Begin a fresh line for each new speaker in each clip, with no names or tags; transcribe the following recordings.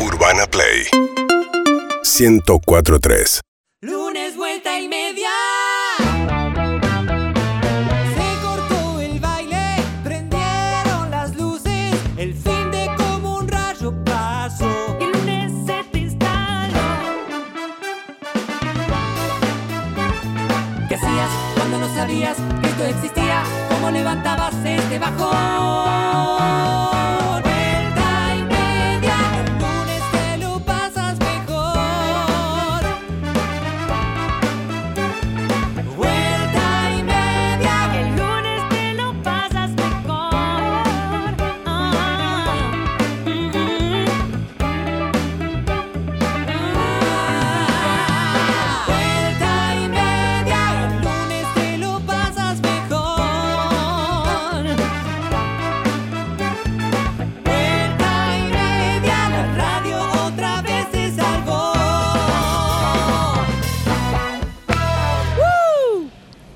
Urbana Play 1043
Lunes, vuelta y media. Se cortó el baile, prendieron las luces, el fin de como un rayo pasó.
El lunes se te instaló.
¿Qué hacías cuando no sabías que esto existía? ¿Cómo levantabas este bajón? Vuelta y media, el lunes te lo pasas mejor. Vuelta y media,
El lunes te lo pasas mejor. Ah, mm, mm.
Vuelta y media, el lunes te lo pasas mejor. Vuelta y media, la radio otra vez se salvó.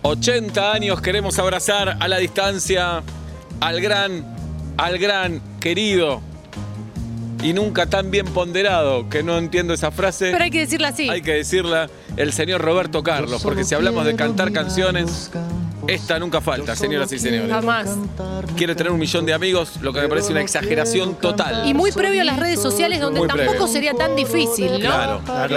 80 años queremos abrazar a la distancia al gran, al gran querido y nunca tan bien ponderado, que no entiendo esa frase,
Pero hay que decirlo así.
hay que decirla, el señor Roberto Carlos, porque si hablamos de cantar canciones, esta nunca falta, señoras y señores.
Jamás.
Quiere tener un millón de amigos, lo que me parece una exageración total.
Y muy previo a las redes sociales donde
Muy
tampoco
previo.
sería tan difícil, ¿no?
Claro, claro.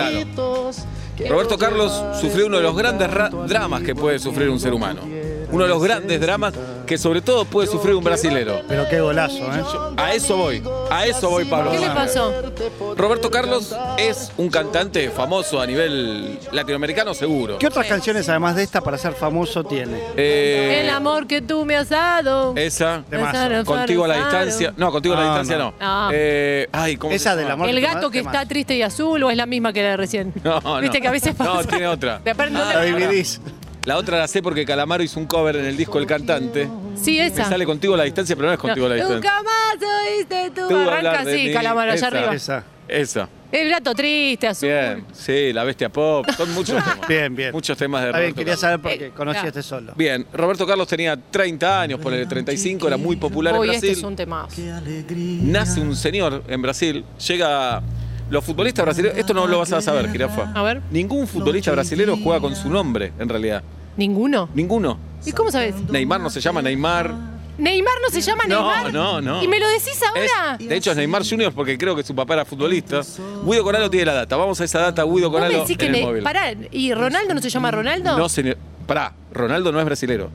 Roberto Carlos sufrió uno de los grandes ra- dramas que puede sufrir un ser humano. Uno de los grandes dramas que sobre todo puede sufrir un brasilero.
Pero qué golazo, ¿eh?
A eso voy, a eso voy, Pablo.
¿Qué le
Fernández.
pasó?
Roberto Carlos es un cantante famoso a nivel latinoamericano, seguro.
¿Qué otras canciones, además de esta, para ser famoso tiene?
Eh,
El amor que tú me has dado.
Esa.
Temazo.
Faro,
Contigo a la
faro,
distancia.
faro.
No, contigo a la
No,
distancia no.
no.
Ah.
Eh, ay, ¿cómo
Esa
se
del
llama?
amor.
El gato que
Temazo.
está triste y azul o es la misma que la de recién.
No, no.
Viste que a veces pasa.
No, tiene otra.
De repente no te-
La dividís.
La otra la sé porque Calamaro hizo un cover en el disco El Cantante.
Sí,
Me
esa.
sale contigo a la distancia, pero no es
No,
contigo a la distancia.
Nunca más oíste tú.
Tú
Arranca
hablar de
así,
mí.
calamar allá
Esa.
arriba.
Esa.
Esa.
El gato triste, azul.
Bien. Sí, La Bestia Pop. Son muchos temas.
Bien, bien.
Muchos temas de
Está bien,
Roberto
quería
Carlos.
saber por qué.
Eh,
Conocí
claro.
este solo.
Bien, Roberto Carlos tenía 30 años, ponele 35, era muy popular en
Hoy
Brasil.
este es un tema.
Nace un señor en Brasil, llega. Los futbolistas brasileños, esto no lo vas a saber, jirafa.
A ver.
Ningún futbolista brasileño juega con su nombre, en realidad.
¿Ninguno?
Ninguno.
¿Y cómo sabes?
Neymar no se llama Neymar.
¿Neymar no se llama
No,
Neymar?
no, no.
¿Y me lo decís ahora?
Es- de hecho, es Neymar Junior porque creo que su papá era futbolista. Guido Coralo tiene la data. Vamos a esa data, Guido
¿Vos me
Coralo.
decís que
en el
Ne-
móvil.
Pará, ¿y Ronaldo no se llama Ronaldo?
No, señor. Pará, Ronaldo no es brasilero.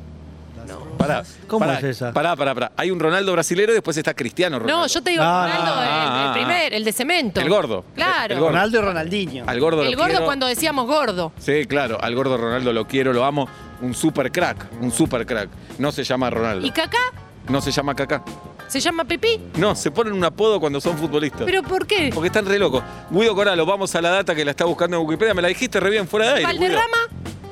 Pará.
¿Cómo
pará,
es esa?
Pará, pará, pará. Hay un Ronaldo brasilero y después está Cristiano Ronaldo.
No, yo te digo
No,
Ronaldo,
no,
el-
no,
el,
no.
primer, el de cemento.
El gordo.
Claro.
El
El
gordo.
gordo,
Ronaldo y Ronaldinho.
Al gordo lo quiero.
cuando decíamos gordo.
Sí, claro, al gordo Ronaldo lo quiero, lo amo. Un super crack, un super crack. No se llama Ronaldo.
¿Y Kaká?
No se llama Kaká.
¿Se llama Pipí?
No, se ponen un apodo cuando son futbolistas.
¿Pero por qué?
Porque están re locos. Guido Coralo, vamos a la data que la está buscando en Wikipedia. Me la dijiste re bien fuera de aire. Guido.
¿Valderrama?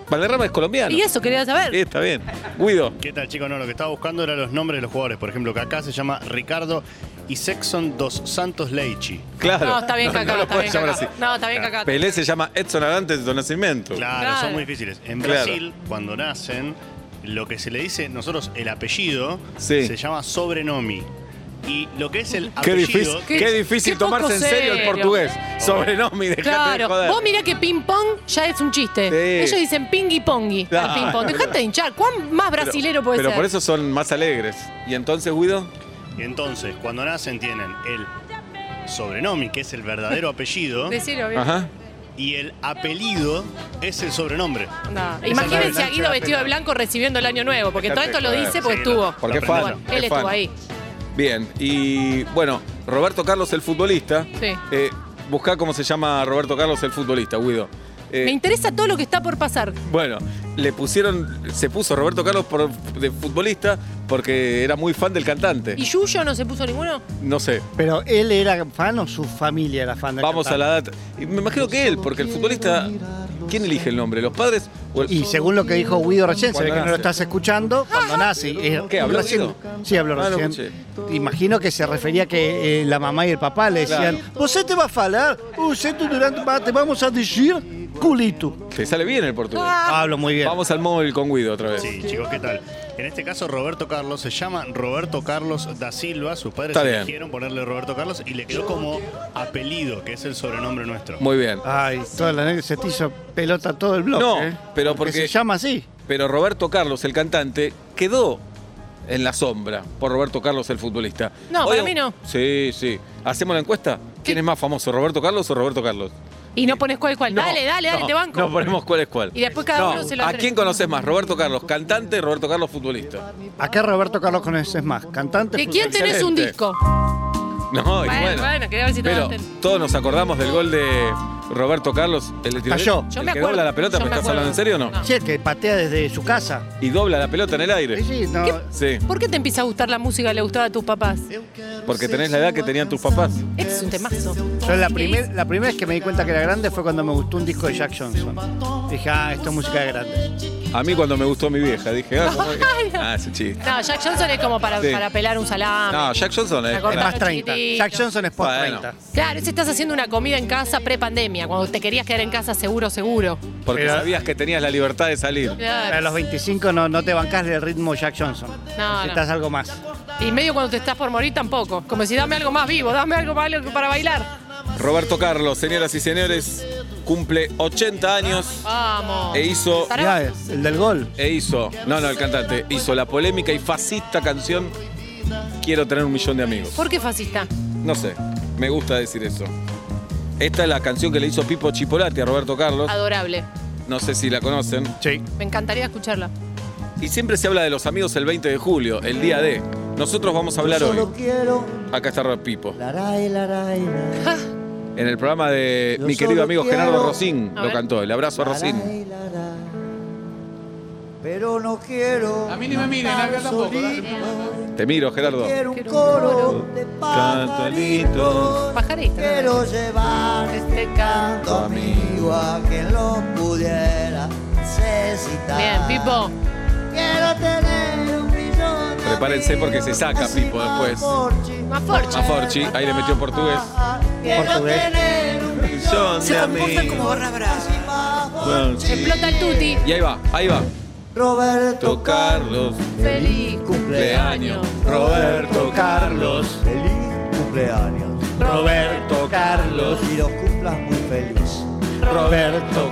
Valderrama es colombiano.
Y eso quería saber.
Sí, está bien. Guido.
¿Qué tal, chicos? No, lo que estaba buscando eran los nombres de los jugadores. Por ejemplo, Kaká se llama Ricardo y Sexton dos Santos Leichi.
Claro.
No, está bien
no,
Kaká,
lo
está
puedes
bien
llamar
Kaká.
así.
No, está bien Kaká.
Pelé se llama Edson Arantes de Nacimiento.
Claro,
Claro.
son muy difíciles. En
Oh. Claro.
Brasil, cuando nacen, lo que se le dice, nosotros el apellido
Sí.
se llama sobrenomi. Y lo que es el
Qué
apellido.
difícil, qué,
Qué-
difícil
qué poco
tomarse en serio el
serio.
portugués. Sobrenome, dejate de
Claro,
joder.
vos mirá que ping pong ya es un chiste.
Sí.
Ellos dicen pingui pongui
Claro.
al ping pong. Dejate de hinchar, ¿cuán más
Pero-
brasilero puede
Pero
ser?
por eso son más alegres. ¿Y entonces, Guido?
Entonces, cuando nacen tienen el sobrenomi, que es el verdadero apellido,
Decilo bien.
Ajá.
y el apellido es el sobrenombre.
Anda.
Esa es
Imagínense
la
a Guido vestido de blanco recibiendo el año nuevo, porque todo
Dejate
esto lo
joder.
dice porque
Sí,
estuvo.
no.
Porque es fan.
Claro,
Bueno,
es
él
fan.
estuvo ahí.
Bien, y bueno, Roberto Carlos el futbolista.
Sí.
Eh, buscá cómo se llama Roberto Carlos el futbolista, Guido. Eh,
Me interesa todo lo que está por pasar.
bueno, le pusieron, se puso Roberto Carlos por- de futbolista porque era muy fan del cantante.
¿Y Yuyo no se puso ninguno?
No sé,
Pero él era fan o su familia era fan del
vamos a
cantante?
la data. Y Me imagino que él, porque el futbolista, ¿quién elige el nombre? ¿Los padres? o el-
Y según lo que dijo Guido recién, se ve
Cuando
que no lo
nace.
estás escuchando, cuando nace. eh,
¿Qué, habló
recién-
Guido?
Sí, habló
Ah, no
recién. Imagino que se refería que eh, la mamá y el papá le decían,
Claro.
¿vos te va a falar? ¿Usted durante va- te vamos a decir? culito.
Te sale bien el portugués.
Ah.
Hablo muy bien.
Vamos al móvil con Guido otra vez.
Sí, chicos, ¿qué tal? En este caso, Roberto Carlos se llama Roberto Carlos da Silva. Sus padres
Está bien.
eligieron ponerle Roberto Carlos y le quedó como apellido, que es el sobrenombre nuestro.
Muy bien.
Ay, toda la anécdota se te hizo pelota todo el bloque.
No,
¿eh?
pero porque-
se llama así.
Pero Roberto Carlos, el cantante, quedó en la sombra por Roberto Carlos, el futbolista.
No,
Hoy-
para mí no.
Sí, sí. ¿Hacemos la encuesta? ¿Quién
Sí.
es más famoso, Roberto Carlos o Roberto Carlos?
Y no pones cuál es cuál.
No,
dale, dale, dale,
no,
te banco.
No ponemos cuál es cuál.
Y después cada
No,
uno se lo
¿A
agrega.
quién conoces más? Roberto Carlos, cantante, Roberto Carlos, futbolista.
Acá Roberto Carlos conoces es más, cantante.
¿De quién tenés un
Excelente.
disco?
No, y
Bueno,
bueno.
bueno, quería ver si te
pero
levantan.
todos nos acordamos del gol de Roberto Carlos. El de
Cayó.
el
Yo me
que
acuerdo,
dobla la pelota,
yo
¿me
me
estás hablando en serio o no?
acuerdo.
Sí, el que patea desde su casa.
Y dobla la pelota en el aire.
Sí, sí, no.
¿Qué?
Sí,
¿Por qué te empieza a gustar la música que le gustaba a tus papás?
porque tenés la edad que tenían tus papás.
Este es un temazo.
Yo la, primer- la primera vez que me di cuenta que era grande fue cuando me gustó un disco de Jack Johnson. Dije, ah, esto es música de grande.
A mí cuando me gustó mi vieja, dije, ah, ¿cómo es?
Ay, no.
Ah, ese chiste.
No, Jack Johnson es como para,
Sí.
para pelar un salame.
No, Jack Johnson eh, es.
Me acordé.
Es más
Bueno,
30.
chiquitito.
Jack Johnson es post
Bueno.
30.
Claro, ese estás haciendo una comida en casa pre-pandemia, cuando te querías quedar en casa seguro, seguro.
Porque
Pero-
sabías que tenías la libertad de salir.
A los 25 no, no te bancás del ritmo Jack Johnson.
No,
Necesitas algo más.
Y medio cuando te estás por morir tampoco. Como si dame algo más vivo, dame algo más algo para bailar.
Roberto Carlos, señoras y señores, cumple 80 años
Vamos.
e hizo
Pará.
Mirá, el del gol.
e hizo, no, no, el cantante, hizo la polémica y fascista canción Quiero tener un millón de amigos.
¿Por qué fascista?
No sé, me gusta decir eso. Esta es la canción que le hizo Pipo Chipolati a Roberto Carlos,
Adorable.
no sé si la conocen.
Sí.
Me encantaría escucharla.
Y siempre se habla de los amigos el 20 de julio, el día de. Nosotros vamos a hablar hoy.
Solo quiero
Acá está Rob Pipo.
laray, laray,
Ja,
En el programa de
Yo
mi querido
solo
amigo
quiero-
Gerardo Rosín
A
lo
ver.
cantó. El abrazo a Rosín.
laray, laray. Pero no quiero. A mí ni me miren,
Te miro, Gerardo.
Quiero un
Quiero un
coro de pajaritos.
Cantarito.
Pajarista.
Quiero llevar
Este canto
a amigo a quien lo pudiera necesitar.
Bien, Pipo.
Quiero tener un millón. de
Prepárense porque
amigos,
se saca,
así
Pipo,
más
después.
forchi.
Maforchi.
Maforchi, ahí le metió portugués.
Quiero
Portugués.
tener un millón.
Se comportan como
Explota el tuti.
Y ahí va, ahí va.
Roberto
Carlos,
Feliz
cumpleaños. Roberto Carlos,
Feliz cumpleaños.
Roberto Carlos.
Y los cumplas muy feliz.
Roberto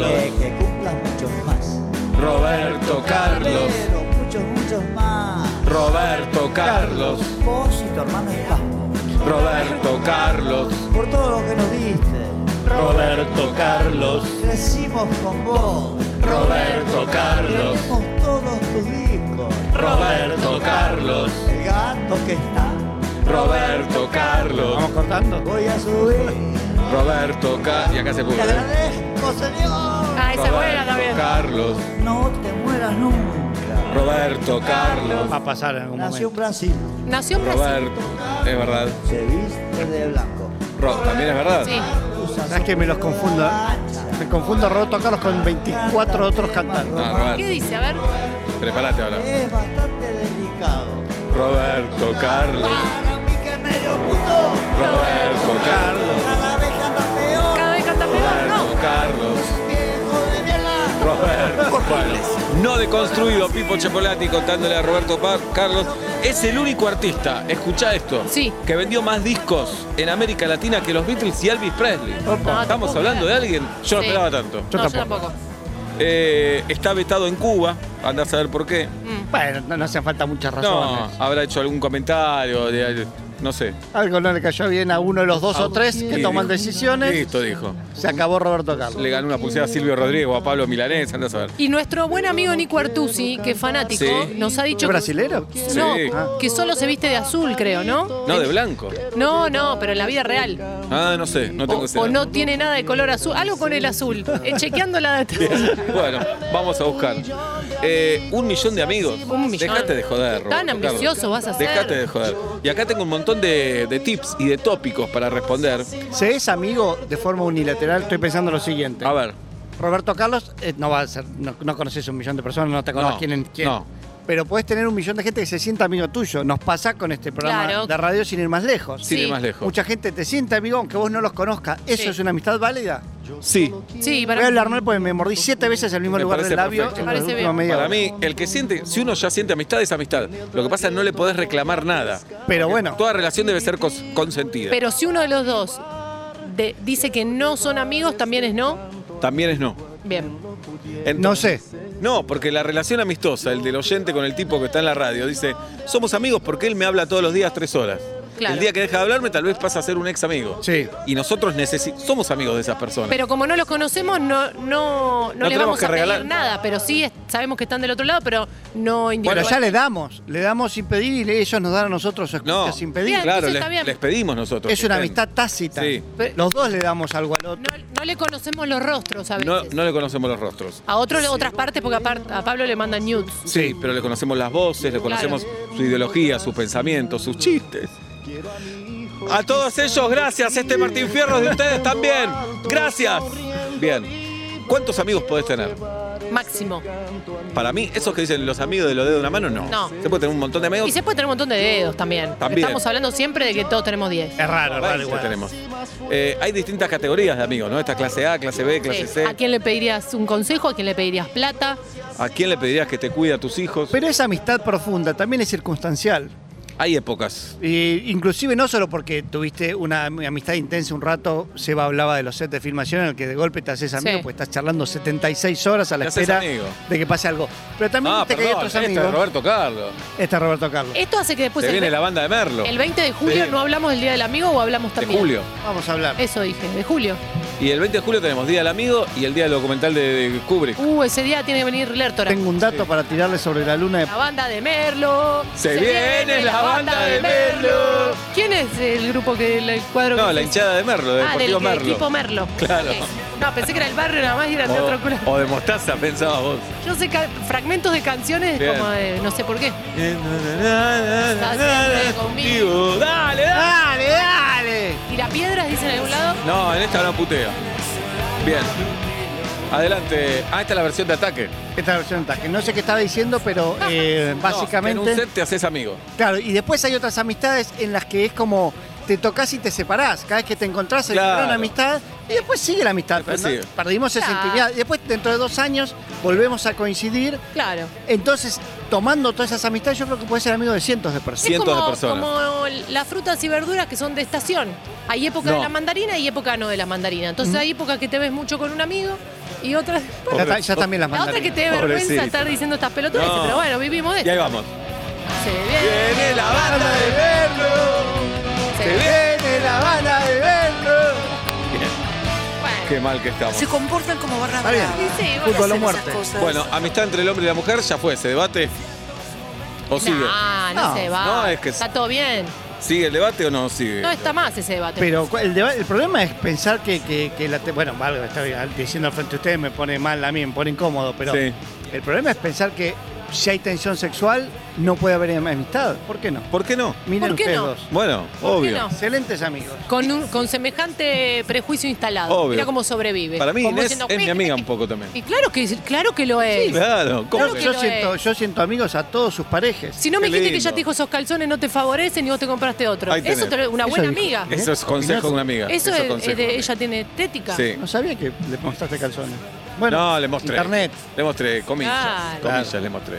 Eh, que cumplas muchos más.
Roberto Carlos,
Pero muchos, muchos más.
Roberto Carlos,
Vos y tu hermano en paz.
Roberto Carlos,
Por todo lo que nos diste.
Roberto Carlos,
Crecimos con vos.
Roberto Carlos,
Tenemos todos tus discos.
Roberto Carlos,
El gato que está.
Roberto Carlos,
Vamos cortando.
Voy a subir.
Roberto Carlos. Y acá
Te
se puso. ¿eh?
agradezco, señor.
Ah, esa buena
Roberto
también.
Carlos,
No te mueras nunca.
Roberto
Va
Carlos,
a pasar en algún
Nació en
momento.
Brasil.
Nació en Brasil.
Roberto. Es verdad.
Se viste de blanco.
Rob, también es verdad.
Sí.
¿Sabes que me los confundo? eh? Me confundo a Roberto Carlos con 24 otros cantantes.
Ah, Roberto.
¿Qué dice? A ver.
Prepárate ahora.
Es bastante delicado.
Roberto Carlos.
Para mí que medio puto.
Roberto Carlos.
Cada vez anda peor.
Cada vez canta peor. No.
Roberto Carlos.
Viejo de mierda.
Roberto. Bueno, no deconstruido, Pipo Chocolati contándole a Roberto Pa- Carlos. Es el único artista, escucha esto,
Sí.
que vendió más discos en América Latina que los Beatles y Elvis Presley.
No, te
Estamos
puedo
hablando de
creer.
alguien, yo no
Sí.
esperaba tanto.
no, yo tampoco.
Eh, está vetado en Cuba, anda a saber por qué.
Mm.
Bueno, no, no hacen falta muchas
No,
razones.
habrá hecho algún comentario, de- no sé.
Algo no le cayó bien a uno de los dos o tres que
Y
toman
dijo-
decisiones.
Ah, Listo, dijo.
Se acabó Roberto Carlos.
Le ganó una pulsera a Silvio Rodríguez o a Pablo Milanés, anda a saber.
Y nuestro buen amigo Nico Artusi, que es fanático,
Sí.
nos ha dicho. que-
¿Es brasilero?
No,
Sí.
que solo se viste de azul, creo, ¿no?
No, de blanco.
No, no, pero en la vida real.
Ah, no sé, no tengo
o,
ese
o
dato.
no tiene nada de color azul. Algo con el azul. Eh, chequeando la data.
Bueno, vamos a buscar. Eh, un millón de amigos.
Un millón.
Dejate de joder.
Tan
Roberto Carlos.
ambicioso vas a ser.
Dejate de joder. Y acá tengo un montón de, de tips y de tópicos para responder.
Se es amigo de forma unilateral. Estoy pensando lo siguiente.
A ver,
Roberto Carlos eh, no va a ser, no, no conoces un millón de personas, no te acordás
No,
quién es quién.
no.
Pero podés tener un millón de gente que se sienta amigo tuyo. Nos pasa con este programa
Claro.
de radio sin ir más lejos.
sin ir
Sí.
más lejos.
Mucha gente te siente amigo aunque vos no los conozcas. ¿Eso
Sí.
es una amistad válida?
Sí.
Sí,
Voy a
para
hablar mal porque me mordí siete veces el mismo
Me
lugar
parece
del labio
perfecto.
en
Me
la
parece
última
bien.
media
Para
hora.
mí, el que siente, si uno ya siente amistad, es amistad. Lo que pasa es que no le podés reclamar nada.
Pero bueno,
Toda relación debe ser cos- consentida.
Pero si uno de los dos de- dice que no son amigos, también es no.
También es no.
Bien.
Entonces-
no sé.
No, porque la relación amistosa, el del oyente con el tipo que está en la radio, dice, somos amigos porque él me habla todos los días tres horas.
Claro.
El día que deja de hablarme tal vez pasa a ser un ex amigo.
Sí.
Y nosotros necesi- somos amigos de esas personas.
Pero como no los conocemos, no, no, no,
No
les
tenemos
vamos
que
a pedir
regalar.
nada, pero sí es- sabemos que están del otro lado, pero no
Pero
individual.
eh,
ya le damos, le damos sin pedir y ellos nos dan a nosotros escuchas
no,
sin pedir.
Bien,
claro,
entonces
les,
está bien.
les pedimos nosotros.
Es
que
una
estén.
amistad tácita.
Sí.
Pero-
Los dos le damos algo al otro.
no, no le conocemos los rostros a veces.
No, no le conocemos los rostros.
A otros, otras partes, porque a, par- a Pablo le mandan nudes.
Sí, pero le conocemos las voces, le conocemos su ideología, sus pensamientos, sus chistes. A todos ellos, gracias. Este Martín Fierro de ustedes también. Gracias. Bien. ¿Cuántos amigos podés tener?
Máximo.
Para mí, esos que dicen los amigos de los dedos de una mano, no.
No.
Se puede tener un montón de amigos.
Y se puede tener un montón de dedos también. porque
También.
Estamos hablando siempre de que todos tenemos 10.
Es raro, es raro
Veinte
igual.
tenemos. Eh, hay distintas categorías de amigos, ¿no? Esta clase A, clase B, clase
Sí.
C.
¿A quién le pedirías un consejo? ¿A quién le pedirías plata?
¿A quién le pedirías que te cuide a tus hijos?
Pero esa amistad profunda también es circunstancial.
Hay épocas.
Y, inclusive no solo porque tuviste una am- amistad intensa un rato, Seba hablaba de los sets de filmación en el que de golpe te haces amigo,
Sí.
pues estás charlando 76 horas a la
Te haces
espera
amigo.
de que pase algo. Pero también
Ah,
viste que hay
perdón,
otros
este
amigos.
es Roberto Carlos.
Este es Roberto Carlos.
Esto hace que después.
se
el,
viene
ve-
la banda de Merlo.
el 20 de julio
Sí.
no hablamos del Día del Amigo o hablamos
de
también.
julio.
Vamos a hablar.
Eso dije, de julio.
Y el 20 de julio tenemos Día del Amigo y el Día del Documental de, de Kubrick.
Uh, ese día tiene que venir Lertora.
Tengo un dato para tirarle sobre la luna de...
La banda de Merlo.
Se viene la banda de Merlo.
¿Quién es el grupo que el cuadro
No,
que
la
es?
hinchada de Merlo, de
Ah, del
Deportivo
del
Merlo.
equipo Merlo.
Claro. Oh,
Ok. No, pensé que era el barrio nada más y era de otro club.
o, o de Mostaza, pensabas vos.
Yo sé ca- fragmentos de canciones
Bien.
como de no sé por qué.
Contigo. Dale, dale.
¡Dale, dale!
Tirapiedras dicen en algún lado.
No, en esta no puteo. Bien. Adelante. Ah, esta es la versión de ataque.
Esta versión está, que no sé qué estaba diciendo, pero eh,
No, en un
básicamente...
set te haces amigo.
Claro, y después hay otras amistades en las que es como te tocas y te separás. Cada vez que te encontrás hay una
Claro.
gran amistad y después sigue la amistad.
Después
pero no-
sigue.
Perdimos esa
Claro.
intimidad. Y después, dentro de dos años, volvemos a coincidir.
Claro.
Entonces, tomando todas esas amistades, yo creo que puedes ser amigo de cientos de personas.
Cientos de
es como,
personas.
como las frutas y verduras que son de estación. Hay época
No.
de la mandarina y época no de la mandarina. Entonces hay épocas que te ves mucho con un amigo y otras.
Ya,
Pobre-
ta- ya también las
la otra que
mandarinas.
te dé
Pobrecito.
vergüenza estar diciendo estas pelotas,
No.
pero bueno, vivimos
Y
de esto.
ahí vamos.
Se viene,
la banda de Merlo.
se
Se
viene.
viene la banda de Merlo. Bien.
Bueno.
Qué mal que estamos.
Se comportan como barra
Está bien.
brava.
Sí, sí,
Hay que
bueno.
Fútbol o
hacer
muerte.
esas cosas.
Bueno, amistad entre el hombre y la mujer ya fue ese debate. ¿O sigue?
Nah, no,
No,
se va.
no, es que-
Está todo bien.
¿Sigue el debate o no sigue?
No está más ese debate.
Pero cu- el, deba- el problema es pensar que, que- que la... te- bueno, valga, estoy diciendo al frente de ustedes, me pone mal a mí, me pone incómodo, pero
Sí.
el problema es pensar que si hay tensión sexual, no puede haber amistad. ¿Por qué no?
¿Por qué no?
Miren
¿Por qué
ustedes
no?
dos.
Bueno,
¿Por qué
obvio.
no?
Excelentes amigos.
Con, un- con semejante prejuicio instalado.
Obvio.
Mira cómo sobrevive.
Para mí
Como
Inés
diciendo,
es mi
"Mira".
amiga un poco también.
Y claro que, claro que lo es.
Claro, ¿cómo
Claro
que
que
Yo
lo
siento,
es.
yo siento amigos a todos sus parejas.
Si no me
Qué
dijiste que
lindo.
ya te dijo esos calzones no te favorecen y vos te compraste otro.
Ahí
Eso
tenés.
te lo- una
Eso
buena
dijo.
amiga.
Eso es consejo de una amiga.
¿Eh? Eso, es- es,
consejo
de
una
ella tiene estética.
amiga.
No
Sí.
sabía que le mostraste calzones.
no, le mostré.
Internet.
Le mostré, comillas.
Claro.
Comillas, le mostré.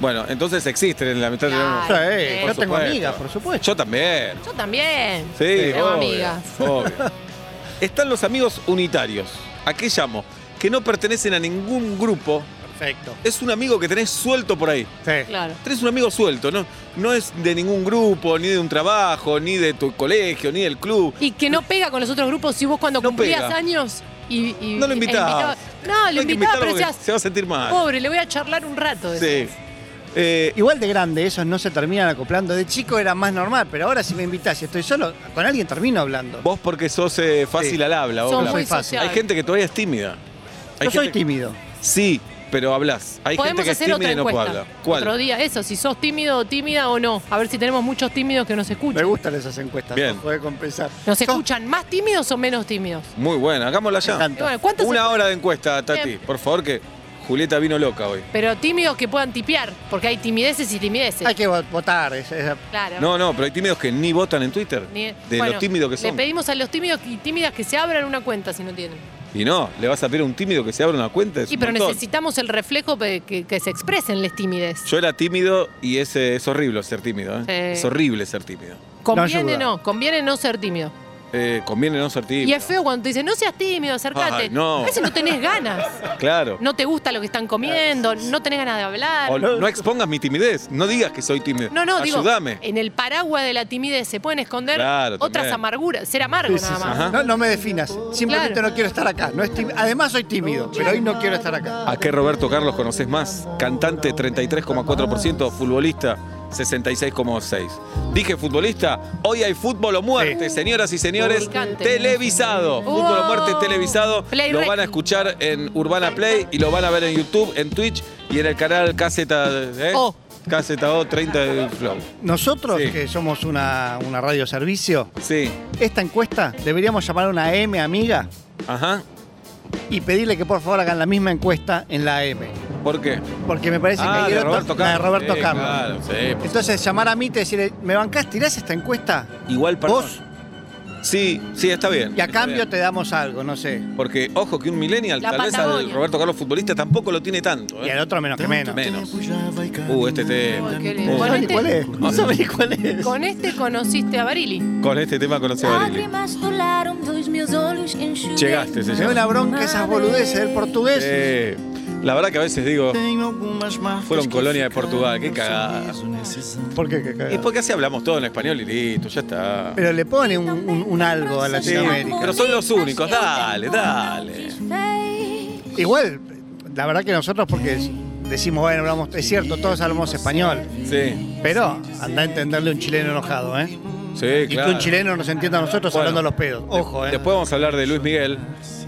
Bueno, entonces existe en la mitad
Claro.
Sí,
de la
Por
yo tengo
supuesto.
amigas, por supuesto.
Yo también.
Yo también.
Sí,
Tengo
obvio,
amigas.
obvio. Están los amigos unitarios. ¿A qué llamo? Que no pertenecen a ningún grupo.
Perfecto.
Es un amigo que tenés suelto por ahí.
Sí.
Claro.
Tenés un amigo suelto, ¿no? No es de ningún grupo, ni de un trabajo, ni de tu colegio, ni del club.
Y que no pega con los otros grupos si vos cuando
No
cumplías
pega.
años y, y-
No lo
e
invitás.
No,
No
lo
hay que
invitaba,
invitarlo
pero
porque
decías,
se va a sentir mal.
pobre, le voy a charlar un rato. decías.
Sí. Eh,
Igual de grande, esos no se terminan acoplando. De chico era más normal, pero ahora si me invitas y estoy solo, con alguien termino hablando.
vos porque sos eh, fácil
Sí.
al habla. vos
Son
hablás.
muy
fácil.
sociales.
Hay gente que todavía es tímida. Hay
Yo soy
gente-
tímido.
Sí, pero hablas. Hay gente
Podemos
que es
hacer
tímida
otra
y no puede
encuesta.
hablar. ¿Cuál?
Otro día, eso, si sos tímido o tímida o no. A ver si tenemos muchos tímidos que nos
Me
escuchan.
gustan esas encuestas.
Bien.
no Puede compensar.
¿Nos
Yo-
escuchan más tímidos o menos tímidos?
Muy buena, hagámosla ya.
Me encanta.
Y bueno, ¿cuántos
Una
se-
hora de encuesta, Tati.
Bien.
Por favor, que Julieta vino loca hoy.
Pero tímidos que puedan tipear, porque hay timideces y timideces.
Hay que vo- votar. es- es-
Claro.
No, no, pero hay tímidos que ni votan en Twitter.
Ni-
de
bueno,
lo tímidos que
Le
son.
pedimos a los tímidos y tímidas que se abran una cuenta si no tienen.
Y no, le vas a pedir a un tímido que se abra una cuenta. es
Y
un
pero
montón.
necesitamos el reflejo de que, que se expresen les timidez.
Yo era tímido y es, eh, es horrible ser tímido. ¿eh?
Sí.
Es horrible ser tímido.
Conviene
ayuda.
no, conviene no ser tímido.
Eh, conviene no ser tímido.
Y es feo cuando te dicen, no seas tímido, acércate.
Ay, no.
A veces no tenés ganas.
Claro.
No te gusta lo que están comiendo, no tenés ganas de hablar.
O no expongas mi timidez. No digas que soy tímido.
No, no, digo, eh,
Ayúdame.
en el paraguas de la timidez se pueden esconder
Claro,
otras
también.
amarguras, ser amargo
Sí, sí,
nada
sí.
más.
Ajá.
No, no me definas. Simplemente
Claro.
no quiero estar acá. No es tímido. Además soy tímido, pero hoy no quiero estar acá.
¿A qué Roberto Carlos conoces más? Cantante 33,4%, futbolista 66,6%. Dije futbolista, hoy hay fútbol o muerte, señoras y señores,
Ubicante.
televisado. Fútbol o muerte televisado.
Play
lo
Rec.
van a escuchar en Urbana Play y lo van a ver en YouTube, en Twitch y en el canal Caseta ¿eh?
O.
Caseta O 30 de Flow.
Nosotros,
Sí.
que somos una, una radio servicio,
Sí,
esta encuesta deberíamos llamar a una M amiga
ajá.
y pedirle que por favor hagan la misma encuesta en la M.
¿Por qué?
Porque me parece que
Ah,
hay
de
otro-
Roberto
la
Carlos.
de Roberto
Sí,
Carlos.
claro, sí.
Entonces, llamar a mí y decirle, ¿me bancás? ¿Tirás esta encuesta?
Igual para.
Vos,
Sí, sí, está bien.
y a
está
cambio
bien.
te damos algo, no sé.
Porque, ojo, que un millennial,
La
tal vez al
Patagonia.
Roberto Carlos futbolista tampoco lo tiene tanto.
Y
¿eh?
al otro menos que menos.
Menos. Uh, este tema.
Ay, qué lindo.
Uh,
Con
¿Sabes ni
este-
Eh, cuál es?
No sabés
cuál es.
Con este conociste a Barili.
Con este tema conocí a
Ah,
Barili.
Lágrimas rolaram dos meus olhos
Llegaste, se
Me da
llama.
una bronca esas boludeces del portugués.
Eh, la verdad que a veces digo, fueron colonia de Portugal, qué cagada.
¿Por qué? qué cagada?
Y porque así hablamos todo en español y listo, ya está.
Pero le pone un, un- un algo a
Sí,
Latinoamérica.
pero son los únicos, dale, dale.
Igual, la verdad que nosotros porque es- decimos, bueno, hablamos, es cierto, todos hablamos español.
Sí,
Pero anda a entenderle a un chileno enojado, ¿eh?
sí,
Y que un
claro.
chileno nos entienda a nosotros
Bueno,
hablando a los pedos. Ojo, ¿eh?
Después vamos a hablar de Luis Miguel.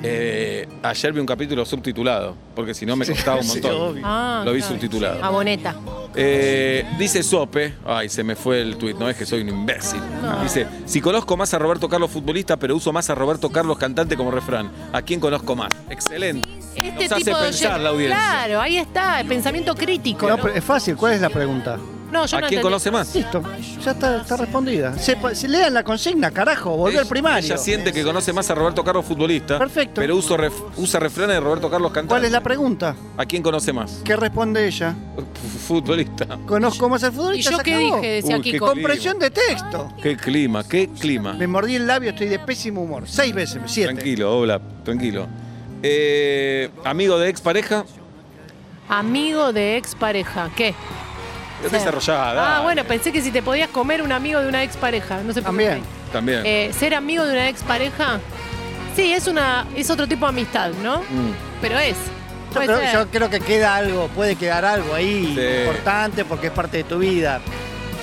Eh, ayer vi un capítulo subtitulado, porque si no me costaba un
¿eh? Sí,
montón.
obvio.
Ah,
Lo vi
claro.
subtitulado.
A Boneta.
Eh, dice Sope, ay, se me fue el tuit, no es que soy un imbécil. Dice, si conozco más a Roberto Carlos futbolista, pero uso más a Roberto Carlos cantante como refrán, ¿a quién conozco más? Excelente.
Este
Nos hace
tipo de
pensar
oyen-
la audiencia.
Claro, ahí está, el pensamiento crítico.
No,
¿no?
pero eh, es fácil, ¿cuál es la pregunta?
No, yo
¿A
no
quién
entendí.
conoce más?
Listo, ya está, está respondida. Sepa- se- lean la consigna, carajo, volvió al primario.
Ella siente que conoce más a Roberto Carlos futbolista,
Perfecto.
pero uso ref- usa refranes de Roberto Carlos cantante.
¿Cuál es la pregunta?
¿A quién conoce más?
¿Qué responde ella?
Futbolista.
Conozco más al
¿Y
futbolista.
yo
se
qué
acabó.
dije? Decía
Uy, qué
Kiko.
compre-
Compresión de texto.
Qué clima, qué clima.
Me mordí el labio, estoy de pésimo humor. Seis veces, siete.
Tranquilo, hola, tranquilo. Eh, amigo de expareja,
Amigo de expareja. ¿Qué?
desarrollada.
Ah, bueno, pensé que si te podías comer un amigo de una expareja. No sé por qué.
También.
También.
Eh, ser amigo de una expareja. Sí, es una es otro tipo de amistad, ¿no?
Mm.
Pero es.
Yo
Puede
creo,
ser.
yo creo que queda algo, puede quedar algo ahí
Sí.
importante porque es parte de tu vida.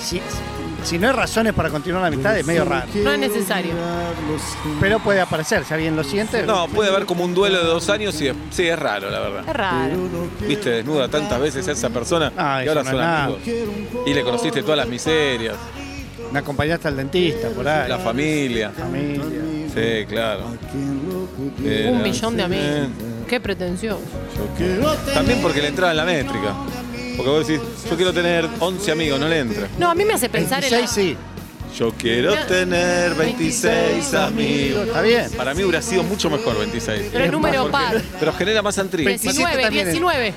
Si, si no hay razones para continuar la amistad, es medio raro.
No es necesario.
Pero puede aparecer, si alguien lo siente.
No, puede haber como un duelo de dos años y es- sí, es raro, la verdad.
Es raro.
Viste desnuda tantas veces a esa persona
Ah,
y ahora
eso
son
no es nada.
amigos. Y le conociste todas las miserias,
Me acompañaste al dentista, por ahí.
la familia.
familia.
Sí, claro.
Un millón de amigos. Qué pretensión.
También porque le entraba en la métrica. Porque vos decís, yo quiero tener 11 amigos, no le entra.
No, a mí me hace pensar en. la-
26, sí.
Yo quiero tener 26 amigos.
Está bien.
Para mí hubiera sido mucho mejor 26.
Pero el número par.
Pero genera más intriga.
27
19,
también es.
19.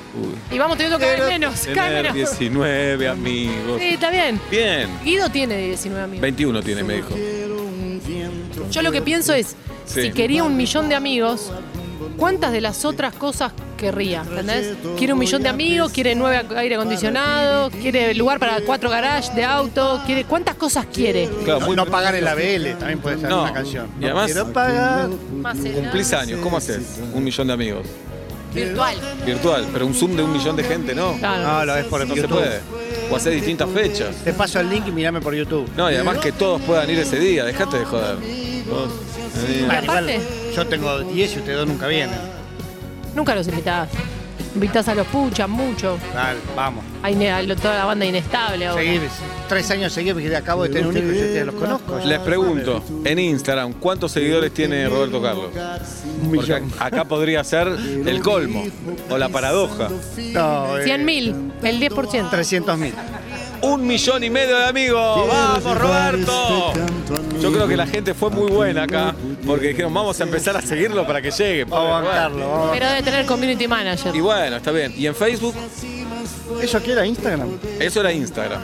Uy.
Y vamos teniendo cada vez
Quiero
menos. Cada vez
Tener
menos.
19 amigos.
Sí, está bien.
Bien.
Guido tiene 19 amigos.
21 tiene, me dijo.
Yo lo que pienso es,
Sí.
si quería un millón de amigos, ¿cuántas de las otras cosas querría? ¿Entendés? Quiere un millón de amigos, quiere nueve ac- aire acondicionado, quiere lugar para cuatro garages de auto, quiere ¿cuántas cosas quiere?
Claro,
No,
muy
no pagar el ABL, también puede ser
No.
una canción.
Y
No
además-
quiero pagar.
Más eh,
cumplís años, ¿cómo haces? Un millón de amigos.
virtual.
Virtual, pero un Zoom de un millón de gente, ¿no?
Claro.
No, Ah, lo ves por
No
YouTube.
se puede. O hacer distintas fechas.
Te paso el link y mirame por YouTube.
No, y además que todos puedan ir ese día, dejate de joder. Vos, eh,
Bueno, igual,
aparte-
yo tengo 10 y ustedes dos nunca vienen.
Nunca los invitás. Invitás a los puchas mucho.
Dale, vamos.
A Ine- a lo- toda la banda inestable ahora.
Seguí, tres años seguidos porque acabo de tener un hijo y yo ustedes los conozco.
Les pregunto, en Instagram, ¿cuántos seguidores tiene Roberto Carlos?
Un
Porque
millón.
acá podría ser el colmo o la paradoja.
No, eh,
100 mil, el 10%.
300 mil.
un millón y medio de amigos. ¡Vamos, Roberto! Yo creo que la gente fue muy buena acá, porque dijeron, vamos a empezar a seguirlo para que llegue.
Vamos a
Pobre Roberto.
bancarlo. vamos a
Pero debe tener community manager.
Y bueno, está bien. ¿Y en Facebook?
bancarlo. ¿Eso qué era Instagram?
Eso era Instagram.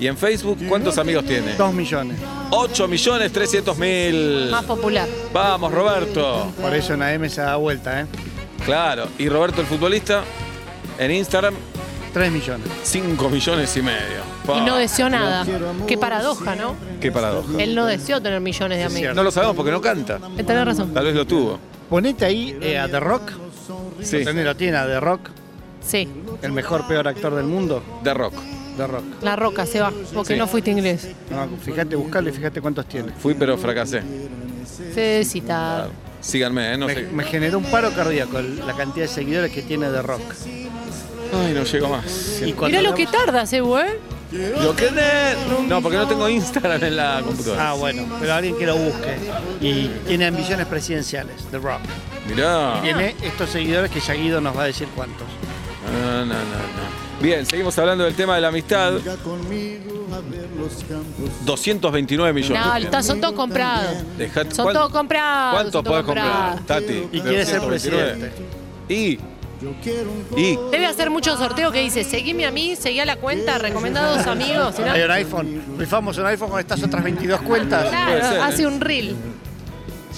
¿Y en Facebook cuántos amigos tiene?
Dos millones.
8 millones 300 mil.
Más popular.
Vamos, Roberto.
Por eso en AM se da vuelta, ¿eh?
Claro. Y Roberto el futbolista, en Instagram,
Tres millones.
5 millones y medio.
Y
Pa,
no deseó nada. Qué paradoja, ¿no?
Qué paradoja.
Él no deseó tener millones de amigos.
No lo sabemos porque no canta.
Eh, Tenés razón.
Tal vez lo tuvo.
Ponete ahí eh, a The Rock.
Sí.
¿Entendés? Lo tiene a The Rock,
Sí,
el mejor, peor actor del mundo.
De rock.
The Rock.
la roca se va, porque
Sí.
no fuiste inglés.
No, fíjate, buscale y fíjate cuántos tiene.
Fui pero fracasé.
Se cita.
Síganme, ¿eh? No
Me,
sé.
me generó un paro cardíaco el- la cantidad de seguidores que tiene The Rock.
Ay, no llego más.
Y cuando
Mirá lo
hablamos-
que tardas, eh, güey.
Lo que No, porque no tengo Instagram en la computadora.
Ah, bueno, pero alguien que lo busque. Y tiene ambiciones presidenciales, The Rock.
Mirá.
Tiene estos seguidores que Yaguido nos va a decir cuántos.
Ah, No, no, no, no. Bien, seguimos hablando del tema de la amistad. 229 millones.
No, está- son todos comprados.
Dejá-
Son
¿cuán-
todos comprados.
¿Cuántos
son todos
podés comprar,
comprados.
Tati?
Y quiere ser
229.
presidente.
Y. Y.
Debe hacer muchos sorteos que dice, seguime a mí, seguí a la cuenta, recomendados amigos. ¿no?
Hay un iPhone. Rifamos un iPhone con estas otras 22 cuentas.
Claro,
Puede ser, ¿eh?
hace un reel.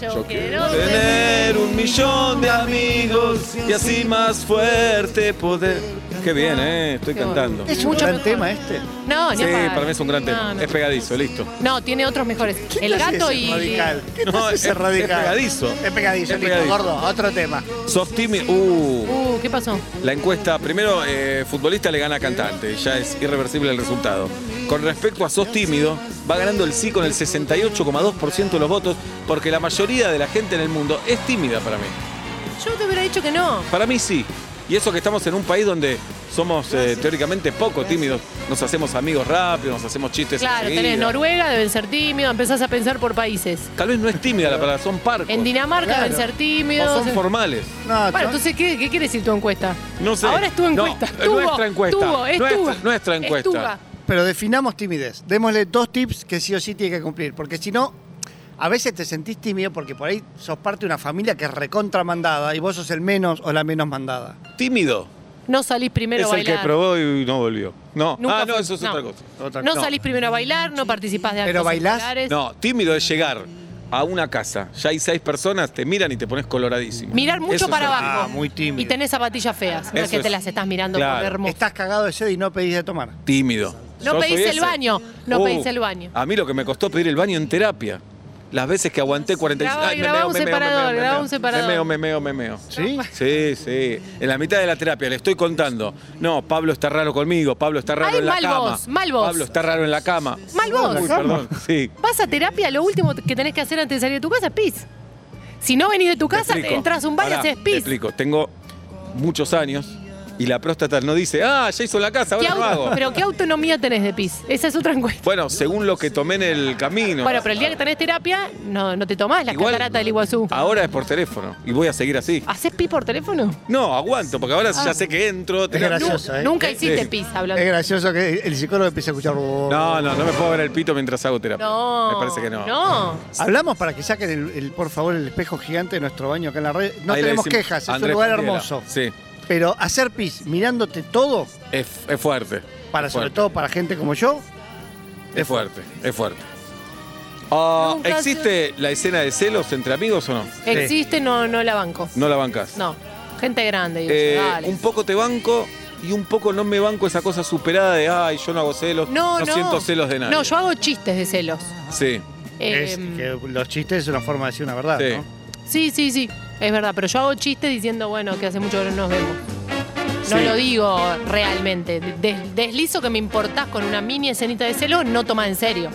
Yo, quiero ser-
Tener un millón de amigos y así más fuerte poder. Qué bien, ¿eh? Estoy
Qué bueno.
cantando.
Es un
Mucho
gran
mejor.
tema este.
No, ni
Sí,
hablar.
para mí es un gran tema.
No, no.
Es pegadizo, listo.
No, tiene otros mejores. El
¿Qué te hace
gato
ese
y.
Radical. ¿Qué te
No,
hace ese
es- es
radical?
pegadizo.
Es pegadizo,
Es
listo,
pegadizo.
gordo. Otro tema.
Soft Team. Uh.
Uh, ¿qué pasó?
La encuesta, primero, eh, futbolista le gana a cantante, ya es irreversible el resultado. Con respecto a Sos Tímido, va ganando el sí con el 68,2% de los votos, porque la mayoría de la gente en el mundo es tímida para mí.
Yo te hubiera dicho que no.
Para mí sí. Y eso que estamos en un país donde somos eh, teóricamente poco tímidos, nos hacemos amigos rápido, nos hacemos chistes.
Claro, tenés
enseguida.
Noruega, deben ser tímidos, empezás a pensar por países.
Tal vez no es tímida la palabra, son parcos.
En Dinamarca
Claro.
deben ser
o
tímidos.
son formales.
No,
Bueno,
to-
entonces, ¿qué, qué quiere decir tu encuesta?
No sé.
Ahora es tu
No,
encuesta. Tuvo,
nuestra encuesta.
tuvo, es
Nuestra-
tuvo.
nuestra
Es
encuesta.
tuva.
Pero definamos timidez. Démosle dos tips que sí o sí tiene que cumplir. Porque si no, a veces te sentís tímido porque por ahí sos parte de una familia que es recontramandada y vos sos el menos o la menos mandada.
Tímido.
No salís primero
es
a
el
bailar.
que probó y no volvió. No,
Nunca
ah, no,
fue-
eso es
no.
otra cosa.
Otra-
No
no.
salís primero a bailar, no participás de actos
Pero bailás.
escolares.
No, tímido es llegar a una casa. Ya hay seis personas, te miran y te pones coloradísimo.
Mirar mucho
Eso es
para
ser-
abajo.
Ah, muy tímido.
Y tenés zapatillas feas. No es
Eso
que te
es.
las estás mirando
Claro.
por hermoso.
Estás cagado de sed y no pedís de tomar.
Tímido.
No
Yo
pedís
soy
el
ese. Uh,
baño, no pedís el baño.
A mí lo que me costó pedir el baño en terapia. Las veces que aguanté 45
Grabá-
Ay, me
grabá
meo,
un
me meo, me
separador,
meo, me
grabá
meo.
un separador.
Me meo, me meo, me meo.
¿Sí?
Sí, sí. En la mitad de la terapia le estoy contando. No, Pablo está raro conmigo, Pablo está raro
Ay,
en la
mal
cama.
vos, mal vos.
Pablo está raro en la cama.
Mal vos.
Uy, perdón. Sí.
Vas a terapia, lo último que tenés que hacer antes de salir de tu casa es pis. Si no venís de tu
Te
casa,
explico.
entras a un bar y
Pará,
haces
Te
pis.
explico, tengo muchos años y la próstata no dice, ah, ya hizo la casa,
¿Qué
ahora lo
auto-
hago.
pero ¿qué autonomía tenés de pis? Esa es otra encuesta.
Bueno, según lo que tomé en el camino.
Bueno, pero el día que tenés terapia, no, no te tomás las
Igual, Ah.
cataratas del Iguazú.
Ahora es por teléfono y voy a seguir así.
¿Haces pis por teléfono?
No, aguanto, porque ahora
Ah.
ya sé que entro. tengo-
gracioso, ¿eh?
Nunca
Sí. Eh,
hiciste pis hablando.
Es gracioso que el psicólogo empiece a escuchar.
No, no, no me puedo ver el pito mientras hago terapia.
No.
Me parece que no.
No.
Hablamos para que saquen, el, el, por favor, el espejo gigante de nuestro baño acá en la red. No
Ahí le
tenemos
decimos,
quejas, es un
Andrés
lugar
Piñera.
hermoso.
Sí,
Pero hacer pis mirándote todo,
es, es fuerte.
para
Es
sobre
fuerte.
todo para gente como yo,
Es fuerte, es fuerte. Ah,
Nunca
¿Existe la escena de celos entre amigos o no?
Existe, no, no la banco.
No la bancas.
No. Gente grande, digo,
Eh,
dale.
un poco te banco y un poco no me banco esa cosa superada de ay, yo no hago celos,
No, no.
siento celos de nadie.
No, yo hago chistes de celos.
Sí,
es
Em,
que los chistes es una forma de decir una verdad,
sí,
¿no?
Sí, sí, sí. Es verdad, pero yo hago chistes diciendo, bueno, que hace mucho que no nos vemos. No
Sí.
lo digo realmente. Des- deslizo que me importás con una mini escenita de celos, no toma en serio.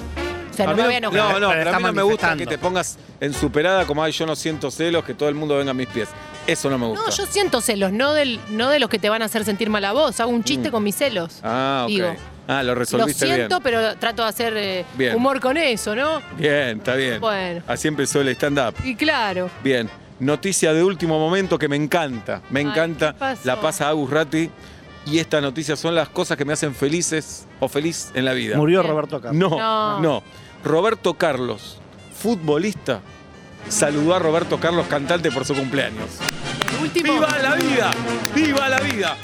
O sea,
A
no
mí
me
no-
voy a enojar.
No, no,
Pero
pero a
está
mí no me gusta que
manifestando.
te pongas en superada como ay, yo no siento celos, que todo el mundo venga a mis pies. Eso no me gusta.
No, yo siento celos, no, del, no de los que te van a hacer sentir mal a vos. Hago un chiste con mis celos.
Mm. Ah, ok.
Digo,
ah, lo
lo
resolviste
siento, pero trato de hacer eh,
Bien.
humor con eso, ¿no?
bien. Bien, está bien.
Bueno.
Así empezó el stand-up.
Y claro.
Bien. Noticia de último momento que me encanta. Me
Ay,
encanta.
¿qué pasó?
La pasa Agus Ratti. y estas noticias son las cosas que me hacen felices o feliz en la vida.
Murió Roberto Carlos.
No,
No.
no, Roberto Carlos, futbolista, saludó a Roberto Carlos, cantante, por su cumpleaños.
El último.
¡Viva la vida! ¡Viva la vida!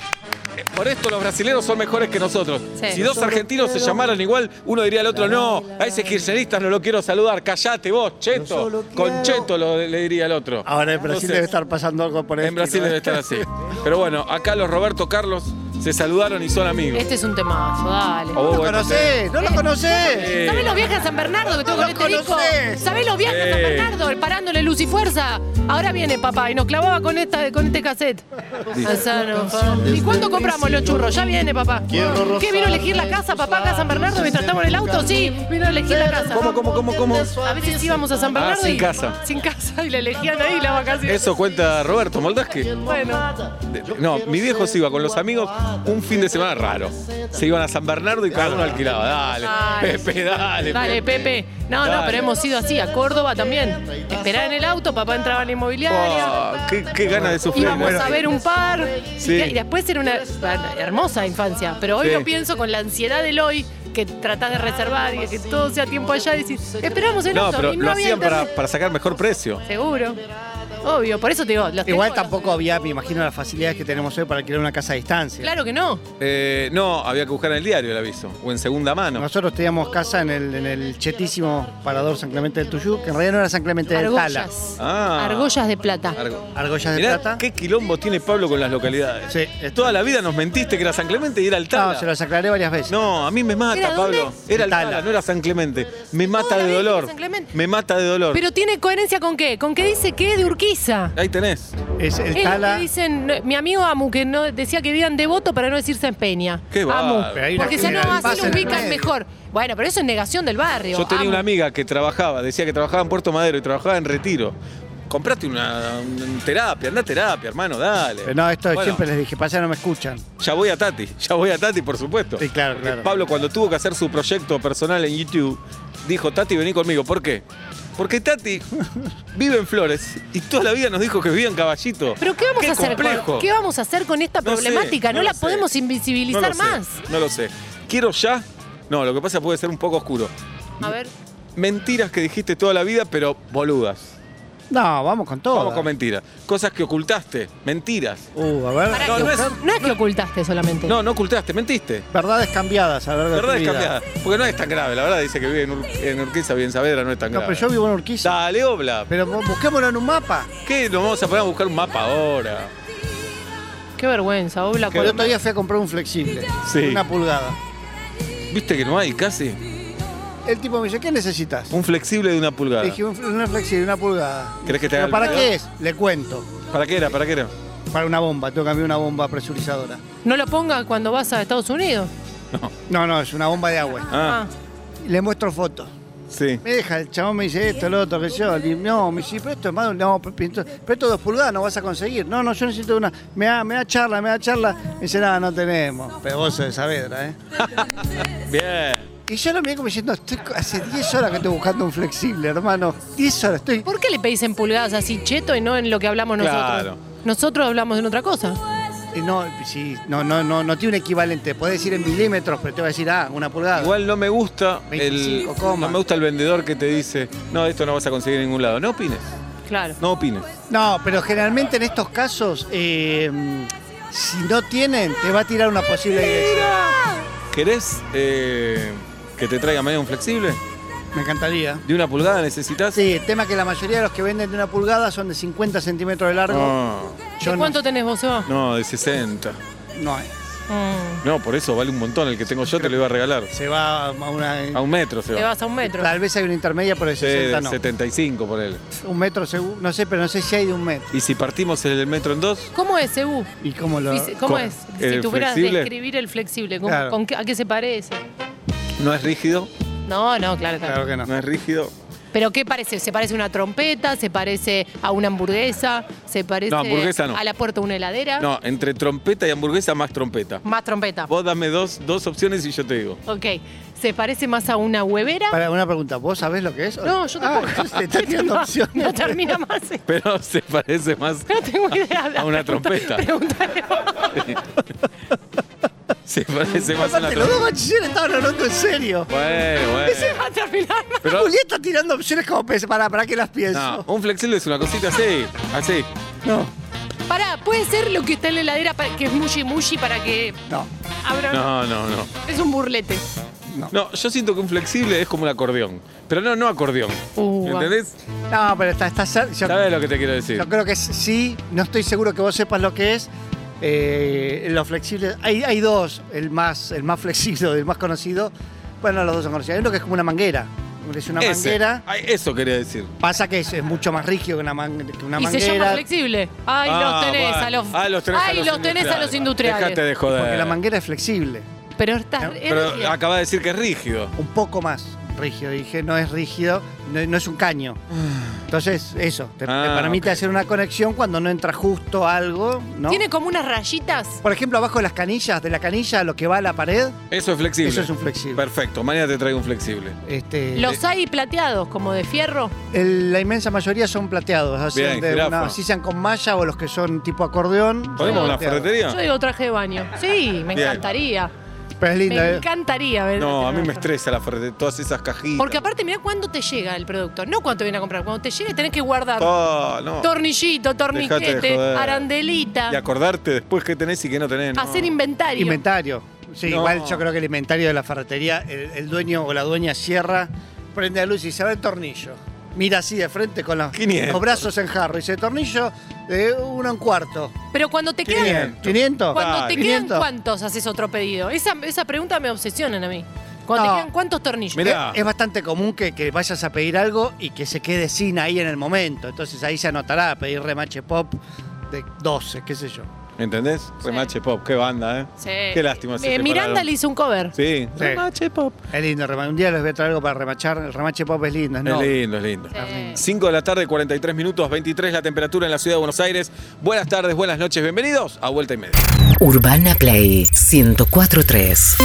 Eh, Por esto los brasileños son mejores que nosotros.
Sí.
Si dos argentinos se llamaran igual, uno diría al otro, no, a ese kirchnerista no lo quiero saludar, callate vos, cheto.
solo quiero-
Con cheto lo- le diría al otro.
Ahora en Brasil
Entonces,
debe estar pasando algo por el
En Brasil
estilo,
debe
¿eh?
estar así. Pero bueno, acá los Roberto Carlos se saludaron y son amigos.
Este es un temazo, dale.
O vos,
No lo
bueno,
conocés, no lo conocés.
Eh.
¿Sabés los viajes a San Bernardo que tengo
No
con este disco?
conocés.
¿Sabés los viajes a San
Sí.
Bernardo? Parándole luz y fuerza. Ahora viene papá y nos clavaba con esta, con este cassette. Manzano, fa- ¿Y cuándo compramos los churros? Ya viene papá.
Quiero
¿Qué vino a elegir la casa, papá, acá a San Bernardo mientras estamos en el auto? Sí, vino a elegir la casa.
¿Cómo, cómo, cómo, cómo?
A veces íbamos a San
Ah,
Bernardo
sin
y-
casa.
Sin casa y la elegían ahí la vacación.
Eso cuenta Roberto Moldaski.
Bueno,
De- No, mi viejo se iba con los amigos un fin de semana raro. Se iban a San Bernardo y cada uno alquilaba. Dale,
Dale.
Pepe, dale.
dale, Pepe. No, no,
Dale.
pero hemos ido así, a Córdoba también. Esperar en el auto, papá entraba en la inmobiliaria.
Oh, qué, qué ganas de sufrir.
Íbamos
Bueno,
a ver un par.
Sí.
Y después era una una hermosa infancia. Pero hoy
Sí.
lo pienso con la ansiedad del hoy, que tratás de reservar y que todo sea tiempo allá. Y decís, esperamos el
No,
auto",
pero
y no
lo
había
hacían para,
internet.
para sacar mejor precio.
Seguro. Obvio, por eso te digo. los
Igual
tengo-
tampoco había, me imagino, las facilidades que tenemos hoy para alquilar una casa a distancia.
Claro que no.
Eh, no, había que buscar en el diario el aviso. O en segunda mano.
Nosotros teníamos casa en el, en el chetísimo parador San Clemente del Tuyú, que en realidad no era San Clemente del Tala.
Argollas.
Ah.
Argollas de plata.
Argo-
Argollas de
Mirá
plata.
qué quilombo tiene Pablo con las localidades.
Sí, es-
Toda la vida nos mentiste que era San Clemente y era el
No,
Tala.
se los aclaré varias veces.
No, a mí me mata,
¿Era dónde?
Pablo. Era el
Tala.
Tala, no era San Clemente. Me mata
la
de
vida era
dolor.
San Clemente.
Me mata de dolor.
Pero tiene coherencia con qué? Con que dice que de Urquiza.
Ahí tenés.
Es el
Es lo
Tala.
que Eh, dicen, no, mi amigo Amu, que no, decía que vivan devoto para no decirse en Peña.
Qué
Amu.
bárbaro.
Pero hay una
Porque si no,
general
así
paz
lo
en el
ubican
medio.
mejor. Bueno, pero eso es negación del barrio.
Yo tenía
Amo.
una amiga que trabajaba, decía que trabajaba en Puerto Madero y trabajaba en Retiro. Comprate una, una terapia, anda a terapia, hermano, dale.
Pero Eh, no, esto
Bueno,
siempre les dije, pasa, no me escuchan.
Ya voy a Tati, ya voy a Tati, por supuesto.
Sí, claro,
Porque
claro.
Pablo, cuando tuvo que hacer su proyecto personal en YouTube, dijo, Tati, vení conmigo. ¿Por qué? Porque Tati vive en Flores y toda la vida nos dijo que vivía en Caballito.
Pero ¿qué vamos a hacer?
complejo.
Con, ¿Qué vamos a hacer con esta
No sé,
problemática? no
no
la
lo sé.
podemos
No
invisibilizar
lo sé,
más.
No lo sé. Quiero ya... No, lo que pasa puede ser un poco oscuro.
A ver.
Mentiras que dijiste toda la vida, pero boludas.
No, vamos con todo.
Vamos con mentiras. Cosas que ocultaste. Mentiras.
Uh, a ver.
Pará,
No,
que-
no
no,
es-
es, que ocultaste solamente.
No, no ocultaste, mentiste.
Verdades cambiadas, a ver. de
La verdad
tu
es
vida.
cambiada. Porque no es tan grave. La verdad dice que vive en, Ur- en Urquiza, bien Saavedra, no es tan
No,
grave.
pero yo vivo en Urquiza.
Dale, obla.
Pero bu- busquémoslo en un mapa.
¿Qué? Nos vamos a poner a buscar un mapa ahora.
Qué vergüenza, Obla.
Qué
cuando-
Yo
vergüenza.
todavía fui a comprar un flexible.
Sí.
Una pulgada.
¿Viste que no hay casi?
El tipo me dice, ¿qué necesitas?
Un flexible de una
Le
pulgada.
dije, un, una flexible, una pulgada.
¿Querés que te haga
¿Pero
el
para
video?
qué es? Le cuento.
¿Para qué era? ¿Para qué era?
Para una bomba, tengo que cambiar una bomba presurizadora.
No lo ponga cuando vas a Estados Unidos.
No, no, es una bomba de agua.
Ah,
Le muestro fotos.
sí.
Me deja, el chabón me dice esto, lo otro, que yo. Le digo, no, me dice, pero esto es más de un- no, pero esto, pero esto dos pulgadas no vas a conseguir. No, no, yo necesito una. Me da, me da charla, me da charla. Me dice, nada, no tenemos. Pero vos sos de Saavedra, ¿eh?
Bien.
Y yo lo miré como diciendo, estoy, hace 10 horas que estoy buscando un flexible, hermano. 10 horas estoy.
¿Por qué le pedís en pulgadas así cheto y no en lo que hablamos nosotros?
Claro.
Nosotros hablamos en otra cosa.
Y Eh, No, sí, no, no, no, no tiene un equivalente. Podés decir en milímetros, pero te va a decir, ah, una pulgada.
Igual no me gusta el.
25 coma.
No me gusta el vendedor que te dice, no, esto no vas a conseguir en ningún lado. No opines.
Claro.
No opines.
No, pero generalmente en estos casos, eh, si no tienen, te va a tirar una posible dirección.
¿Querés eh, que te traiga mañana un flexible?
Me encantaría.
¿De una pulgada necesitas?
Sí, el tema es que la mayoría de los que venden de una pulgada son de 50 centímetros de largo.
No,
Yo
¿De
no-
cuánto tenés vos, Seba?
no, de 60.
No, eh,
Mm,
No, por eso vale un montón. El que tengo yo te lo iba a regalar.
se va a una. eh,
A un metro se
Te
va.
vas a un metro.
Tal vez hay una intermedia, pero de
Sí,
60
de
no.
75 por él.
Un metro seguro. No sé, pero no sé si hay de un metro.
Y si partimos el metro en dos,
¿Cómo es, Ebu?
¿Y cómo lo.?
Fis- ¿Cómo
con-
es? Si
el
tuvieras que
eh, flexible.
describir el flexible, ¿con-
Claro.
con qué- ¿a qué se parece?
no es rígido.
No, no, claro, claro.
Claro que no.
No es rígido.
Pero ¿qué parece? ¿Se parece a una trompeta? ¿Se parece a una hamburguesa? ¿Se parece
No, hamburguesa no.
a la puerta de una heladera?
No, entre trompeta y hamburguesa más trompeta.
Más trompeta.
Vos dame dos, dos opciones y yo te digo.
Ok. ¿Se parece más a una huevera?
Para una pregunta, ¿vos sabés lo que es?
No, yo tampoco.
Ah, entonces te está tirando
no,
opciones.
no termina más.
Pero se parece más.
No tengo idea.
A una
Pregunta-
trompeta.
Preguntale.
se parece más a una
Aparte, los dos
cosa.
bachilleros estaban hablando en serio.
Bueno, bueno.
Ese va a terminar.
Pero-
Juli está tirando opciones como pez. ¿Para, para qué las pienso?
No, un flexible es una cosita así, así.
No,
Pará, ¿puede ser lo que está en la heladera para- que es mushi mushi para que
no.
abran?
No, no, no.
Es un burlete.
No, yo siento que un flexible es como un acordeón. Pero no, no acordeón.
Uh,
¿Entendés?
No, pero está, está cer- yo-
¿Sabes lo que te quiero decir?
Yo creo que sí, no estoy seguro que vos sepas lo que es. Eh, los flexibles, hay, hay dos, el más, el más flexible, el más conocido. Bueno, los dos son conocidos. Hay uno que es como una manguera. Es una
Ese.
manguera.
Ay, Eso quería decir.
Pasa que es, es mucho más rígido que una, man- que una
Y
manguera.
se llama flexible. Ay,
Ah,
los tenés
bueno.
a los,
Ah, los tenés,
ay,
a, los
los tenés a los industriales.
Dejate de joder.
Porque la manguera es flexible.
Pero estás.
No,
es
Pero
rígido.
acaba de decir que es rígido.
Un poco más rígido, dije, no es rígido, no, no es un caño.
Ah.
Entonces, eso, te, te
Ah,
permite
ok.
hacer una conexión cuando no entra justo algo, ¿no?
Tiene como unas rayitas.
Por ejemplo, abajo de las canillas, de la canilla, lo que va a la pared,
Eso es flexible.
eso es un flexible.
Perfecto, mañana te traigo un flexible.
Este,
Los hay plateados, como de fierro.
el- la inmensa mayoría son plateados, así,
Bien,
de
jirafa.
una- así sean con malla o los que son tipo acordeón. son
¿Podemos una
plateados.
ferretería?
Yo digo traje de baño. Sí, me
Bien.
encantaría.
Pero es
Me
linda, ¿eh?
encantaría ver.
No, a mí me estresa la ferretería, todas esas cajitas.
Porque aparte, mirá cuándo te llega el producto. No cuánto viene a comprar. Cuando te llega tenés que guardar
Ah, no.
tornillito,
Dejate de
torniquete,
joder.
arandelita.
Y acordarte después qué tenés y qué no tenés. ¿no?
Hacer inventario.
Inventario. Sí,
No.
igual yo creo que el inventario de la ferretería, el, el dueño o la dueña cierra, prende la luz y se ve el tornillo. Mira así de frente con los,
500.
los brazos en jarro. Y dice, tornillo de uno en cuarto.
Pero cuando te quedan.
500.
500.
Cuando te quedan
500.
cuántos haces otro pedido. Esa, esa pregunta me obsesiona a mí. Cuando
No.
te quedan cuántos tornillos.
Mirá.
Es, es bastante común que, que vayas a pedir algo y que se quede sin ahí en el momento. Entonces ahí se anotará pedir remache pop de 12, qué sé yo.
¿Entendés? Remache Pop, qué banda, ¿eh?
Sí.
Qué lástima. se
Eh,
separaron.
Miranda le hizo un cover.
Sí.
Sí.
Remache Pop.
Es lindo, rema- un día les voy a traer algo para remachar. El remache pop es lindo, es
Es
no.
lindo, es lindo.
Sí.
5 de la tarde, 43 minutos, 23 la temperatura en la ciudad de Buenos Aires. Buenas tardes, buenas noches, bienvenidos a Vuelta y Media.
Urbana Play 1043.